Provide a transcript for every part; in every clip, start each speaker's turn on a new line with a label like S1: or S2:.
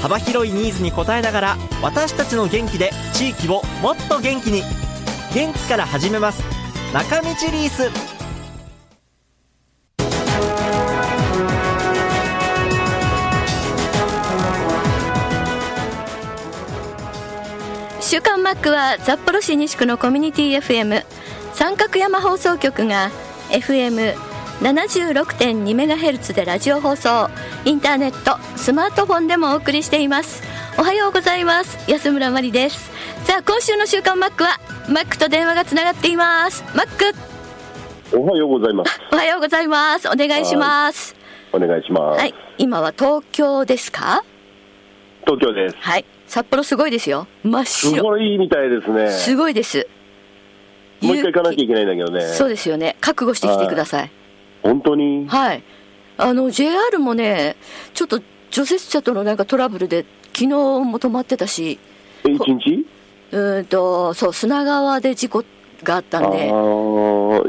S1: 幅広いニーズに応えながら私たちの元気で地域をもっと元気に元気から始めます中道リース
S2: 週刊マックは札幌市西区のコミュニティ FM 三角山放送局が FM76.2MHz でラジオ放送インターネットスマートフォンでもお送りしていますおはようございます安村麻里ですさあ今週の週刊マックはマックと電話がつながっていますマック
S3: おはようございます。
S2: おはようございますお願いします
S3: お願いします。
S2: はい今は東京ですか
S3: 東京です。
S2: はい札幌すごいですよ真っ
S3: す
S2: 白
S3: ごいみたいですね。
S2: すごいです
S3: もう一回行かなきゃい
S2: 勇
S3: けないんだけどね
S2: 気。そうですよね覚悟してきてください
S3: 本当に
S2: はい、あの JR もね、ちょっと除雪車とのなんかトラブルで、昨日も止まってたし、
S3: え、一日
S2: うーんとそう砂川で事故があった
S3: あ
S2: んで、
S3: あ、い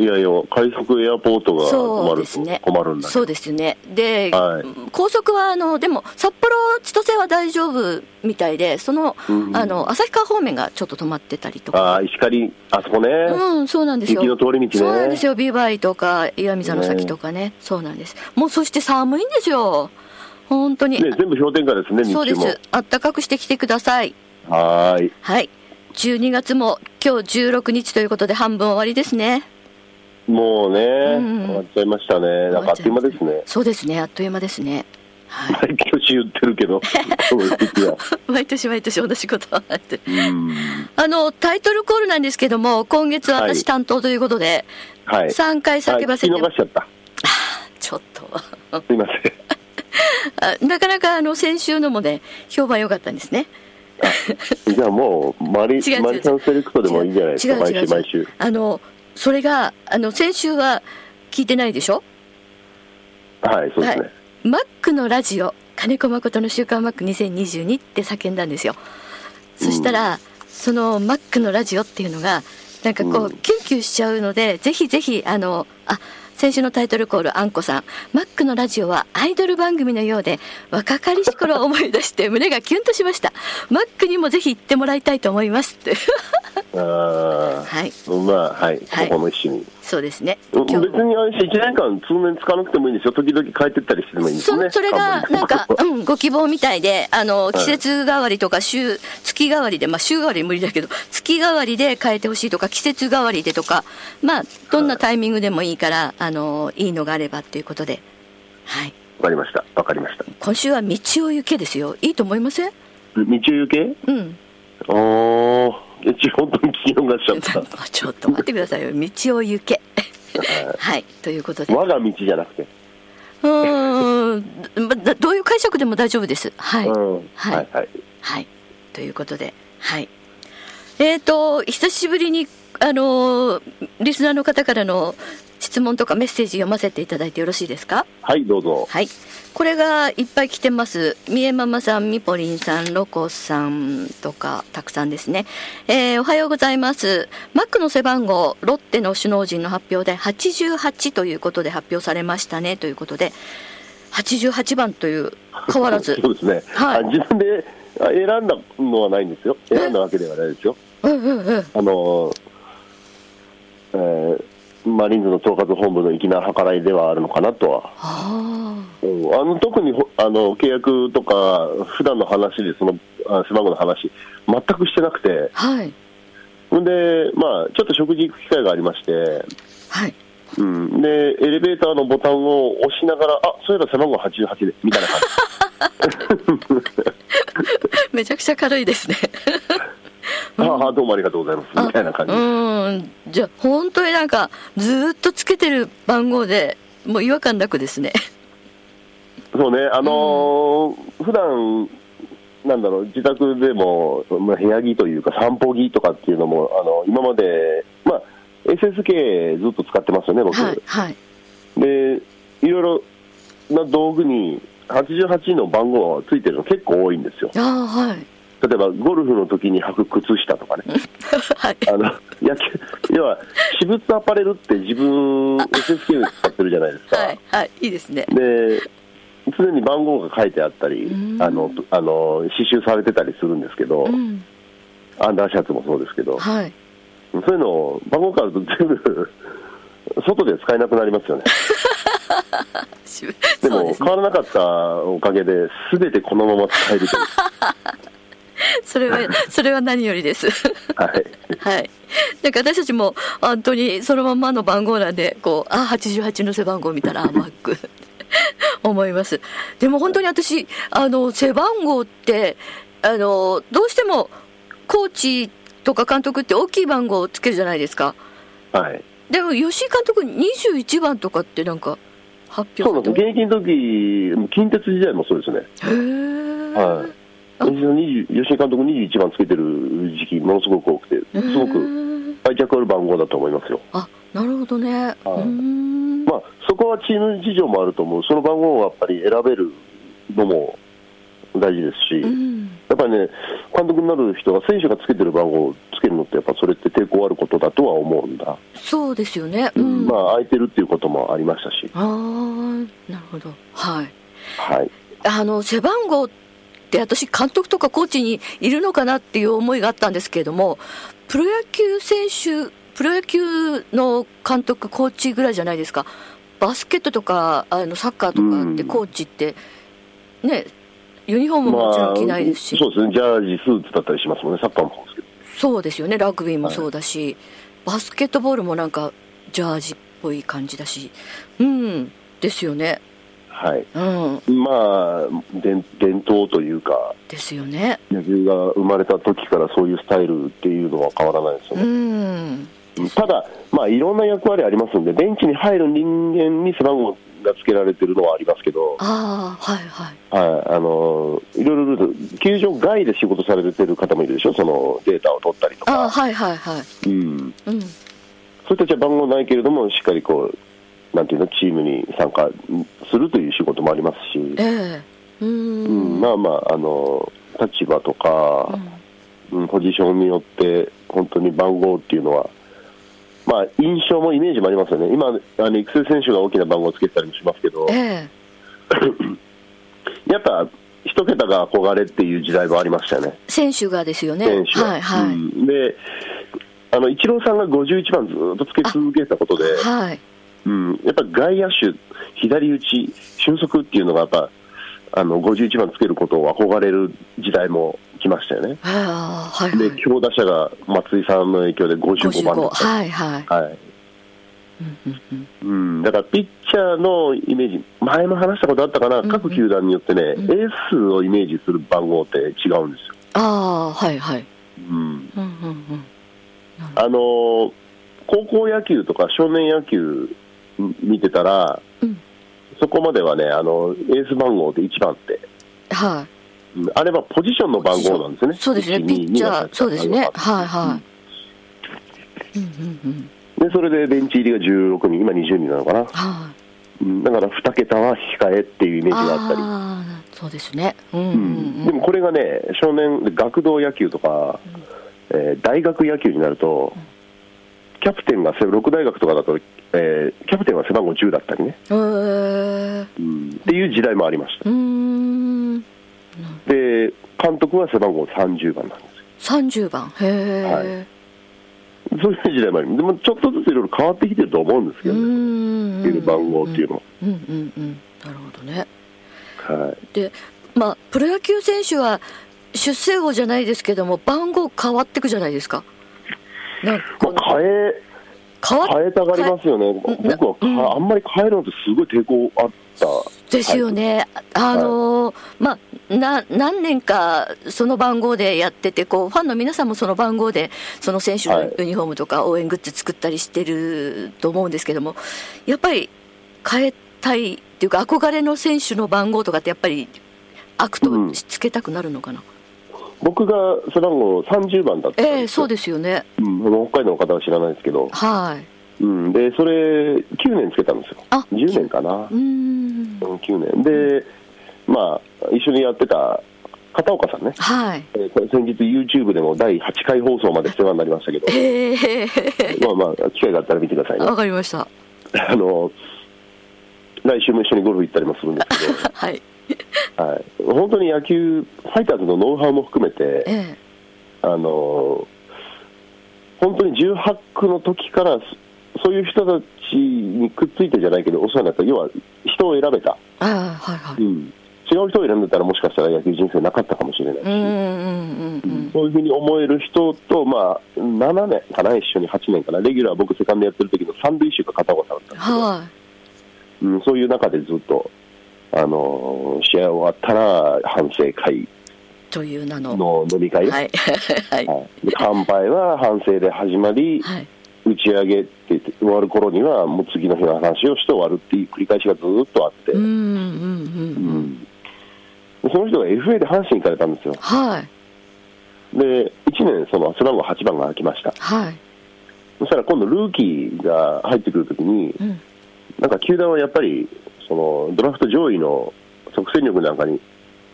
S3: やいや、快速エアポートが
S2: そ
S3: 困
S2: う
S3: る
S2: です
S3: と
S2: ね、
S3: 困るんだけ
S2: そ
S3: ど
S2: うですね、で、
S3: はい
S2: 高速はあの、でも札幌、千歳は大丈夫みたいで、その、
S3: うん
S2: あの旭川方面がちょっと止まってたりとか。
S3: ああ、石狩、あそこね。
S2: うん、そうなんですよ。
S3: 雪の通り道ね
S2: そうなんですよ。ビバイとか、岩見沢の先とかね。そうなんです。もう、そして寒いんですよ。本当に。
S3: ね、全部氷点下ですね、日
S2: そうで
S3: 中も
S2: す。。あったかくしてきてください。
S3: はーい。
S2: はい。12月も今日16日ということで半分終わりですね。
S3: もうね、
S2: ん
S3: 終わっちゃいましたね。なんかあっという間ですね。
S2: そうですね。あっという間ですね。 はい。
S3: 毎年言ってる けど、そうですよ。
S2: 毎年毎年同じことはあって。
S3: うん。
S2: あの、タイトルコールなんですけども、今月は
S3: は
S2: 私
S3: い
S2: 担当ということで、
S3: はい。
S2: 3回
S3: はい
S2: 叫ばせて、
S3: 聞き逃しちゃった。
S2: ちょっと。
S3: すいません。
S2: あなかなかあの、先週のもね、評判良かったんですね。
S3: じゃあもうマリ
S2: 違う違う
S3: マリさんセレクトでもいいじゃないですか
S2: 違う
S3: 毎
S2: 違う違う
S3: 週毎週
S2: あの、それが、あの、先週は聞いてないでしょ
S3: はいそうですね、
S2: い、マックのラジオ金子誠の週刊マック2022って叫んだんですよそしたら、そのマックのラジオっていうのがなんかこう、
S3: うん
S2: キュンキュンしちゃうのでぜひぜひあのあ先週のタイトルコールあんこさんマックのラジオはアイドル番組のようで若かりし頃を思い出して 胸がキュンとしましたマックにもぜひ行ってもらいたいと思いますって
S3: あ
S2: はい
S3: あまあはいこ
S2: はい
S3: この一緒に、
S2: そうですね
S3: う
S2: 今
S3: ん
S2: 日
S3: 別にあれして1年間通年使わなくてもいいんですよ時々帰ってったりしてもいいんです
S2: そ
S3: よね
S2: それがなん か、
S3: 看板
S2: うん、ご希望みたいで、あの、
S3: い
S2: 季節代わりとか週、月代わりで、まあ週代わり無理だけど、月代わりで変えてほしいとか、季節代わりでとか、まあ、どんなタイミングでもいいから、あの、いいのがあればっていうことで、はい。
S3: わかりましたわかりました
S2: 今週は道を行けですよ。いいと思いません
S3: 道行け
S2: うん。
S3: ああ一応本当に聞き逃しちゃっ
S2: ちょっと待ってくださいよ。道を行け。はい。ということ
S3: た
S2: で。
S3: 我が道じゃなくて
S2: うーん。まだどういう解釈でも大丈夫です。はい。
S3: うん
S2: はい
S3: はい、はい
S2: はい。ということで、はい。えっ、と、久しぶりに、あのーリスナーの方からの質問とかメッセージ読ませていただいてよろしいですか
S3: はいどうぞ
S2: はい。これがいっぱい来てます。みえママさん、みぽりんさん、ロコさんとか、たくさんですね。えーおはようございます。マックの背番号、ロッテの首脳陣の発表で88ということで発表されましたね、ということで、88番という、変わらず。
S3: そうですね、
S2: はい
S3: あ自分であ選んだのはないんですよ選んだわけではないですよ
S2: うんうんうん。
S3: あのえーマリーンズの統括本部の粋な計らいではあるのかなとは、
S2: ああ。
S3: うんあの特にほあの契約とか、普段の話で、そのあ背番号の話、全くしてなくて、
S2: はい。
S3: ほんで、まあ、ちょっと食事行く機会がありまして、
S2: はい。
S3: うん、でエレベーターのボタンを押しながら、あそういえば背番号88で、みたいな 感
S2: めちゃくちゃ軽いですね。
S3: じ、ああ、どうもありがとうございます、 みたいな感じ
S2: う、ーん。じゃあ、本当になんか、ずーっとつけてる番号で、もう違和感なくですね。
S3: そうね、あのー普段なんだろう、自宅でも、まあ、部屋着というか、散歩着とかっていうのも、あの今まで、まあ、SSK ずっと使ってますよね、僕。
S2: はいはい
S3: で、いろいろな道具に、88の番号がついてるの結構多いんですよ。
S2: あーはい
S3: 例えば、ゴルフの時に履く靴下とかね。
S2: はい
S3: あの野球要は、私物アパレルって自分、SSK で使ってるじゃないですか。
S2: はいはいいいですね
S3: で常に番号が書いてあったり
S2: うん
S3: あのあの刺繍されてたりするんですけど、
S2: うん
S3: アンダーシャツもそうですけど
S2: はい
S3: そういうのを番号変わると全部外で使えなくなりますよね
S2: し
S3: で
S2: そう
S3: も
S2: です
S3: 変
S2: ね
S3: わらなかったおかげで全てこのまま使える という
S2: それは それは何よりです
S3: はい
S2: はいなんか私たちも本当にそのまんまの番号なんでこうあ88の背番号見たらあマック 思いますでも本当に私あの背番号ってあのどうしてもコーチとか監督って大きい番号をつけるじゃないですか
S3: はい
S2: でも吉井監督21番とかってなんか発表
S3: そうなんです
S2: され
S3: 現役の時近鉄時代もそうですね
S2: たへー
S3: はい吉井監督21番つけてる時期ものすごく多くてすご
S2: へ
S3: く
S2: ー
S3: 愛着ある番号だと思いますよ
S2: あなるほどね、うーん
S3: まあ、そこはチーム事情もあると思う、その番号をやっぱり選べるのも大事ですし、
S2: う
S3: や
S2: ん
S3: っぱりね、監督になる人が、選手がつけてる番号をつけるのって、やっぱそれって抵抗あることだとは思うんだ、
S2: そうですよね、うん
S3: まあ、空いてるっていうこともありましたし、
S2: あーなるほどはい
S3: はい、
S2: あの背番号って私監督とかコーチにいるのかなっていう思いがあったんですけれどもプロ野球選手プロ野球の監督コーチぐらいじゃないですかバスケットとかあのサッカーとかって
S3: うん
S2: コーチって、ねユニフォームももちろん着ないですし、
S3: そうですね、ジャージ、スーツだったりしますもんね、サッカーもそうですけど、
S2: そうですよねラグビーもそうだし、バスケットボールもなんかジャージっぽい感じだしうんですよね
S3: はい、
S2: うん
S3: まあ、伝伝統というか、
S2: ですよね
S3: 野球が生まれた時からそういうスタイルっていうのは変わらないですよね。
S2: うん
S3: ただ、まあ、いろんな役割ありますんで、ベンチに入る人間に背番号がつけられてるのはありますけど、
S2: ああはいはい
S3: はいあのいろいろルール球場外で仕事されてる方もいるでしょ、そのデータを取ったりと
S2: ああ
S3: か、
S2: はいはいはい
S3: うん、
S2: うん
S3: そういう人たちは番号ないけれども、しっかりこう、なんていうの、チームに参加するという仕事もありますし、
S2: ええうー
S3: うんん、まあまあ、あの立場とか、うん、ポジションによって、本当に番号っていうのは、まあ、印象もイメージもありますよね、今、あの育成選手が大きな番号をつけてたりもしますけど、
S2: ええ
S3: やっぱ一桁が憧れっていう時代もありましたよね、
S2: 選手がですよね
S3: 選手は。
S2: はいはい、
S3: うんであのイチローさんが51番ずっとつけ続けたことで、
S2: はい
S3: うん、やっぱ外野手、左打ち、俊足っていうのがやっぱあの51番つけることを憧れる時代も来ましたよね。
S2: ああはいは
S3: で
S2: い
S3: 強打者が松井さんの影響で55番だ
S2: 55
S3: った
S2: はいはい、
S3: はい
S2: うんうんうん、
S3: うん、だからピッチャーのイメージ、前も話したことあったかな、
S2: うん
S3: 各球団によってね、
S2: ん
S3: エースをイメージする番号って違うんですよ、
S2: ああはいはい
S3: うん、
S2: うんうんうん
S3: あのー高校野球とか少年野球見てたら、
S2: うん
S3: そこまではね、あのエース番号で1番って、
S2: はい
S3: うんあれはポジションの番号なんですね、
S2: そうですね、
S3: 1
S2: ピッチャー、そうですね、はい。
S3: 2 3 4 5 6 7 8 9 10
S2: は
S3: うん
S2: い。うんうんうん。
S3: でそれでベンチ入りが16人、今20人なのかな、
S2: はい。
S3: うんだから2桁は控えっていうイメージがあったり、
S2: ああ、そうですね。うんう
S3: うんん
S2: う
S3: で
S2: ん。
S3: もこれがね、少年、学童野球とか、えー大学野球になると、キャプテンが背、6大学とかだと、えーキャプテンは背番号10だったりね、
S2: へー
S3: っていう時代もありまし
S2: うーん。
S3: た、で監督は背番号30番なんで
S2: 三十番。へ
S3: すよ、そういう時代もあります、でもちょっとずついろいろ変わってきてると思うんです
S2: え。
S3: け
S2: う
S3: どね、
S2: ん。
S3: いる番号っていうのは。
S2: うんうんうん。なるほどね。
S3: はい
S2: で、まあプロ野球選手は出世王じゃないですけども番号変わってくじゃないですか。なんかこう
S3: まあ変え
S2: 変わ
S3: 変えたがりますよね、
S2: ん
S3: 僕はか、あんまり変えるのってすごい抵抗あった、
S2: ですよね、あのーまあ、な何年かその番号でやっててこう、ファンの皆さんもその番号で、その選手
S3: は
S2: の
S3: い
S2: ユニフォームとか応援グッズ作ったりしてると思うんですけども、やっぱり変えたいっていうか、憧れの選手の番号とかって、やっぱり悪としつけたくなるのかな、
S3: 僕が背番号30番だったん
S2: ええそう
S3: で
S2: ですよね
S3: すよ、うん、あの北海道の方は知らないですけど、
S2: はい
S3: うん、でそれ9年つけたんですよ
S2: あ
S3: 10年かな
S2: うーん
S3: うん9年で、まあ一緒にやってた片岡さんね
S2: はい、
S3: えー先日 YouTube でも第8回放送まで世話になりましたけど
S2: ええ
S3: まあまあ、機会があったら見てくださいね。
S2: わかりました
S3: あの、来週も一緒にゴルフ行ったりもするんですけ
S2: はい
S3: ど、はい、本当に野球、ファイターズのノウハウも含めて、
S2: え
S3: あの、本当に18区の時から、そそういう人たちにくっついてじゃないけど、お世話になった、要は人を選べ
S2: え
S3: た、
S2: ああはいは
S3: う
S2: い
S3: ん違う人を選んでたら、もしかしたら野球人生なかったかもしれないし。
S2: うんうんうん
S3: そういうふうに思える人と、まあ、7年かな、一緒に8年かな、レギュラー、僕、セカンドやってる時の三塁手が片岡さんだっ
S2: うん
S3: たんですけど、
S2: は
S3: うん、そういう中でずっと、あのー試合終わったら、反省会
S2: いという名の
S3: の飲み会、
S2: はい はい
S3: はいで乾杯は反省で始まり、
S2: はい
S3: 打ち上げって言って終わる頃には、もう次の日の話をして終わるっていう繰り返しがずっとあって、
S2: うんうんうんう
S3: うんんでその人が FA で阪神行かれたんですよ。
S2: はい
S3: で、1年、その背番号8番が空きました。
S2: はい
S3: そしたら今度、ルーキーが入ってくるときに、
S2: うん
S3: なんか球団はやっぱりそのドラフト上位の即戦力なんかに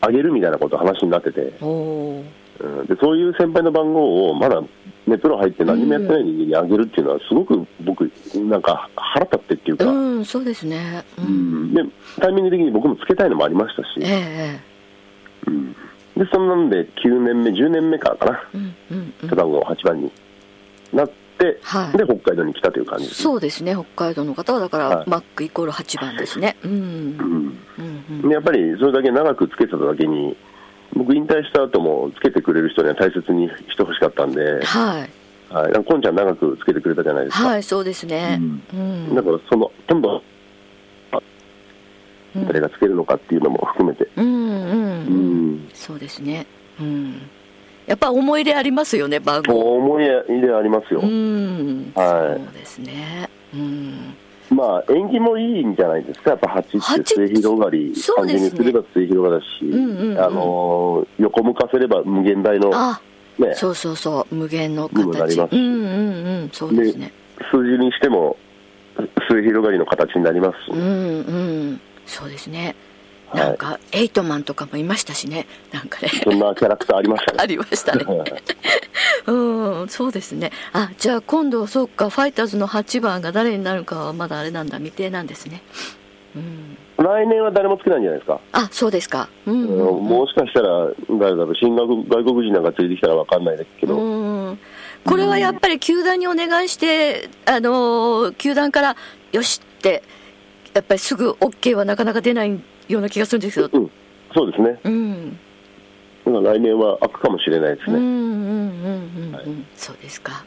S3: 上げるみたいなこと話になってて、
S2: おおー
S3: うん、でそういう先輩の番号をまだ、ね、プロ入って何もやってない人間に上げるっていうのはすごく僕なんか腹立ってっていうか、
S2: うんそうですねう
S3: うんんでタイミング的に僕もつけたいのもありました
S2: え
S3: し
S2: え
S3: でそんなんで9年目10年目からかな
S2: うんうんうん
S3: 背番号8番になって、
S2: はい
S3: で北海道に来たという感じですね。
S2: そうですね北海道の方はだから、
S3: はい
S2: マックイコール8番ですねうん
S3: うん
S2: うんうん
S3: でやっぱりそれだけ長くつけてただけに、僕、引退した後もつけてくれる人には大切にしてほしかったんで、
S2: はい、
S3: はい、なんかこんちゃん、長くつけてくれたじゃないですか、
S2: はい、そうですね。うん
S3: だからその、今度、
S2: うん
S3: 誰がつけるのかっていうのも含めて、
S2: うんうん
S3: う
S2: うん
S3: ん、
S2: そうですね。うん。やっぱ思い入れありますよね、番
S3: も
S2: 号。
S3: う思い入れありますよ、
S2: うん。
S3: はい
S2: そうですね。うん。
S3: まあ、縁起もいいんじゃないですか、やっぱ8
S2: 八
S3: っ
S2: ってて
S3: 末広がり、
S2: そう
S3: 完
S2: で
S3: 全
S2: す
S3: に
S2: ね
S3: すれば末広がりだ
S2: う
S3: し、
S2: んうんうん
S3: あのー横向かせれば無限大の、
S2: あ、
S3: ね、
S2: そうそうそう、無限の
S3: にもなり
S2: 形。
S3: ま
S2: う
S3: す
S2: んうんうん、そうですね。
S3: 数字にしても、末広がりの形になります
S2: う
S3: し。
S2: んうん、そうですね。
S3: はい
S2: なんか、エイトマンとかもいましたしね。なんかね。
S3: そんなキャラクターありましたね。
S2: ありましたね。うん、そうですね。あ、じゃあ今度そうか、ファイターズの8番が誰になるかはまだあれなんだ、未定なんですね。うん。
S3: 来年は誰もつけないんじゃないですか、
S2: あ、そうですか。うんうんうん、
S3: もしかしたら、誰だろう、新外国外国人なんか連れてきたら分かんないですけど、
S2: うんこれはやっぱり球団にお願いして、あのー球団からよしって、やっぱりすぐ OK はなかなか出ないような気がするんですけど、
S3: うん、そうですね、
S2: うん、
S3: だから来年は開くかもしれないです
S2: うん、うん、う
S3: ね、
S2: ん、うん、
S3: は
S2: うん、そうですか。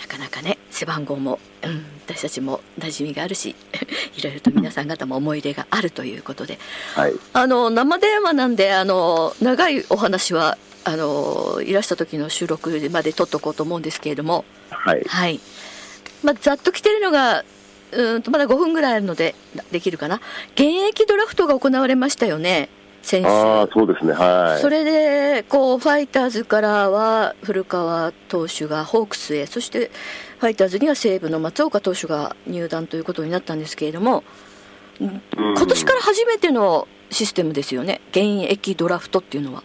S2: なかなかね、背番号も、うん、私たちも馴染みがあるし、 いろいろと皆さん方も思い入れがあるということで、
S3: はい、
S2: あの生電話なんであの長いお話はあのいらした時の収録まで撮っとこうと思うんですけれども、
S3: はい、
S2: はいまあ、ざっと来てるのがうーんとまだ5分ぐらいあるのでできるかな現役ドラフトが行われましたよね先週
S3: ああ、そうですね、はい、
S2: それでこうファイターズからは古川投手がホークスへそしてファイターズには西武の松岡投手が入団ということになったんですけれども
S3: うん
S2: 今年から初めてのシステムですよね現役ドラフトっていうのは。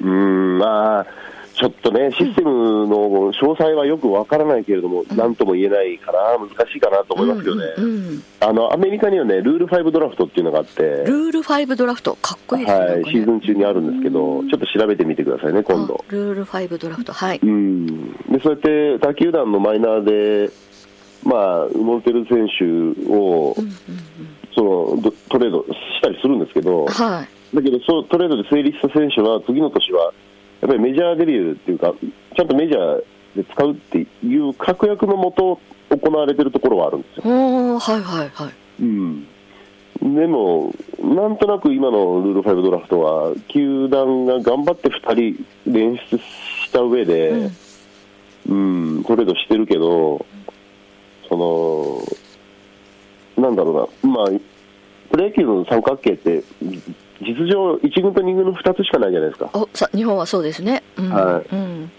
S3: うーん、まあ、ちょっとね、システムの詳細はよく分からないけれども、なんとも言えないかな、難しいかなと思いますよね、
S2: うんうんうん
S3: あのアメリカにはね、ルール5ドラフトっていうのがあって、
S2: ルール5ドラフトかっこいいですね,な
S3: は
S2: ん
S3: い、
S2: かね、
S3: シーズン中にあるんですけど、ちょっと調べてみてくださいね、今度
S2: あ。ルール5ドラフトはい、
S3: うん、でそうやって他球団のマイナーで、まあ、埋もれてる選手を、そのどトレードしたりするんですけど、
S2: はい
S3: だけどそうトレードで成立した選手は次の年はやっぱりメジャーデビューっていうかちゃんとメジャーで使うっていう確約のもと行われてるところはあるんですよ。
S2: おーはいはいはい
S3: でも、なんとなく今のルール5ドラフトは、球団が頑張って2人練出した上で、うん、トレードしてるけど、その、なんだろうな、まあ、プロ野球の三角形って、実情、1軍と2軍の2つしかないじゃないですか、
S2: おさ日本はそうですね。うん
S3: は
S2: うん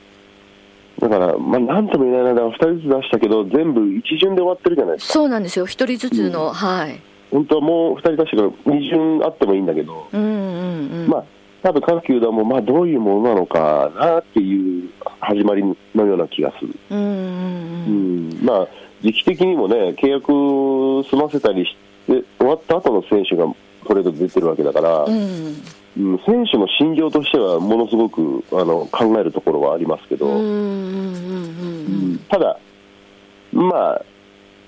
S3: だから、まあ、なんとも言えないな、2人ずつ出したけど、全部一巡で終わってるじゃないですか、
S2: そうなんですよ。一人ずつの、はい。
S3: 本当はもう2人出したから、2巡あってもいいんだけど、
S2: うんうんうん。
S3: まあ、多分各球団も、まあ、どういうものなのかなっていう始まりのような気がする。
S2: うんうんう
S3: う
S2: ん。
S3: んまあ、時期的にもね、契約を済ませたりして、終わった後の選手がトレードで出てるわけだから、
S2: う
S3: うん
S2: ん
S3: 選手の心情としては、ものすごくあの考えるところはありますけ
S2: うんう
S3: ど、
S2: んうん
S3: ただ、まあ、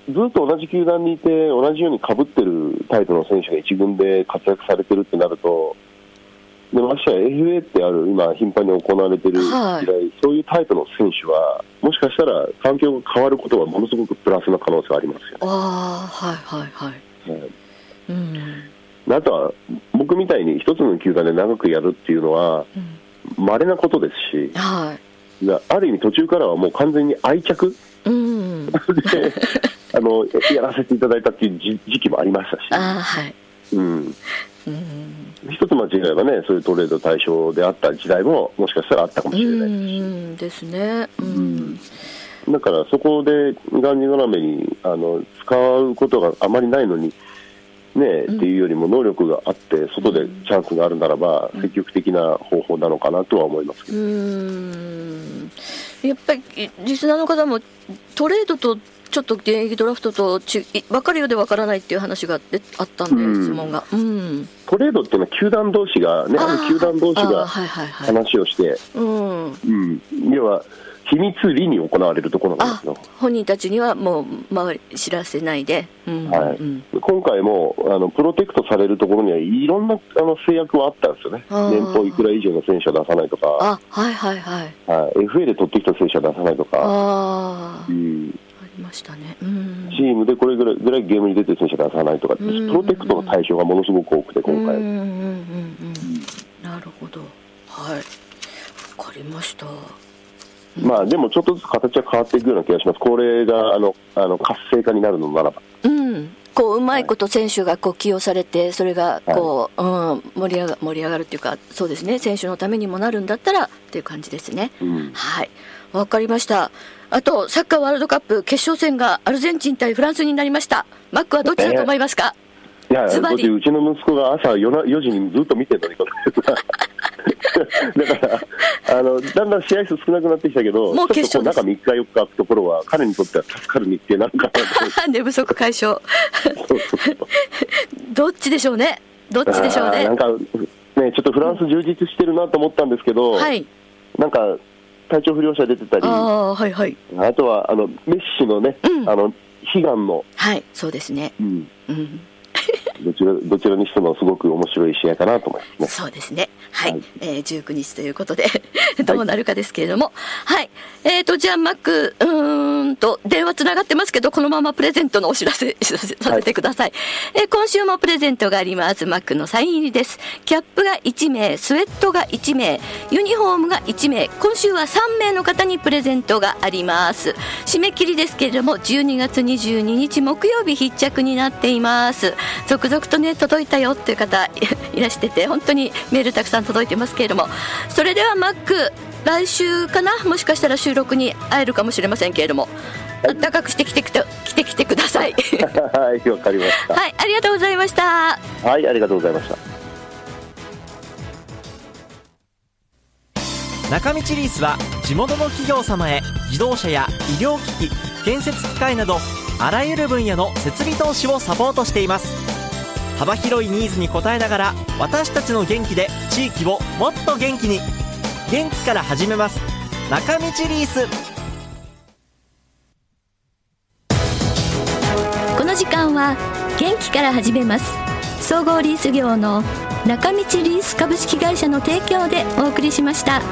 S3: ずっと同じ球団にいて、同じようにかぶってるタイプの選手が一軍で活躍されてるってなると、でましてや FA ってある、今、頻繁に行われてる時
S2: はい
S3: 代、そういうタイプの選手は、もしかしたら環境が変わることはものすごくプラスな可能性がありますよね。
S2: ああはいはいはい。うん
S3: あとは、僕みたいに一つの球団で長くやるっていうのは、
S2: うん
S3: 稀なことですし、
S2: はい。
S3: だある意味途中からはもう完全に愛着
S2: うん。あ
S3: であのやらせていただいたっていう時時期もありましたし。
S2: あはい。
S3: うん、
S2: うん
S3: 一つ間違えばね、そういうトレード対象であった時代も、もしかしたらあったかも
S2: う
S3: しれない、
S2: んですね。うん
S3: だからそこでがんじがらめにあの使うことがあまりないのに、ね
S2: うん
S3: っていうよりも能力があって、外でチャンスがあるならば、積極的な方法なのかなとは思いますけ
S2: う
S3: ど、
S2: ん。やっぱりリスナーの方もトレードとちょっと現役ドラフトとち分かるようで分からないっていう話がであったんで、
S3: うん
S2: 質問が。うん。
S3: トレードっていうのは、球団同士が、ね、
S2: あー
S3: ある球団同士
S2: ああ
S3: が
S2: はいはいはい。
S3: 話をして、
S2: うん。
S3: うん、要は秘密裏に行われるところなんで
S2: あ
S3: すよ。
S2: 本人たちにはもう周り知らせないで、うん
S3: はい
S2: うん、
S3: 今回もあのプロテクトされるところにはいろんなあの制約はあったんですよね、
S2: あー
S3: 年俸いくら以上の選手は出さないとか、は
S2: あはいはいはい
S3: い、FA で取ってきた選手は出さないとか、
S2: あ
S3: う
S2: ー
S3: ん
S2: ありましたね、うん、
S3: チームでこれぐらいぐらいゲームに出てる選手は出さないとかって、
S2: うん
S3: プロテクトの対象がものすごく多くて、今
S2: うん
S3: 回、
S2: うんうんうんなるほどはいわかりました
S3: まあ、でもちょっとずつ形は変わっていくような気がします、これがあのあの活性化になるのならば、
S2: うんこううまいこと選手がこう起用されてそれがこう、うん、盛り上が盛り上がるっていうかそうですね選手のためにもなるんだったらっていう感じですね
S3: うん
S2: はいわかりましたあとサッカーワールドカップ決勝戦がアルゼンチン対フランスになりましたマックはどっちだと思いますか、
S3: いや、だ
S2: ズバ
S3: っ
S2: リ
S3: てうちの息子が朝夜な4時にずっと見てるのに、これ だからあの、だんだん試合数少なくなってきたけど、
S2: もう決
S3: ちょ
S2: 勝
S3: っとこう
S2: です
S3: 中3日、4日空くところは、彼にとっては助かる日程なのかな
S2: 寝不足解 消
S3: とそうそうそう
S2: どっちでしょうねどっちでしょう
S3: あー
S2: ね
S3: なんか、ね、ちょっとフランス充実してるなと思ったんですけど、
S2: はい
S3: なんか、体調不良者出てたり、
S2: あ
S3: あ
S2: あはいはい
S3: とはあのメッシのね、
S2: うん
S3: あの悲願の、
S2: はいそうですね
S3: うん
S2: うん
S3: どちら、どちらにしてもすごく面白い試合かなと思いますね。
S2: そうですね。はい。
S3: はい
S2: えー19日ということで、 どうなるかですけれども。はい。えっ、と、じゃあ、マック、うーんと、電話つながってますけど、このままプレゼントのお知らせさ せさせてください。えー今週もプレゼントがあります。マックのサイン入りです。キャップが1名、スウェットが1名、ユニフォームが1名、今週は3名の方にプレゼントがあります。締め切りですけれども、12月22日木曜日必着になっています。続々とね、届いたよっていう 方、いらしてて本当にメールたくさん届いてますけれどもそれではマック来週かなもしかしたら収録に会えるかもしれませんけれどもあったかくしてきてくと来てきてください
S3: はい、わかりました。
S2: はいありがとうございました
S3: はい、ありがとうございました。
S1: 中道リースは地元の企業様へ自動車や医療機器建設機械などあらゆる分野の設備投資をサポートしています幅広いニーズに応えながら私たちの元気で地域をもっと元気に元気から始めます中道リース
S4: この時間は元気から始めます総合リース業の中道リース株式会社の提供でお送りしました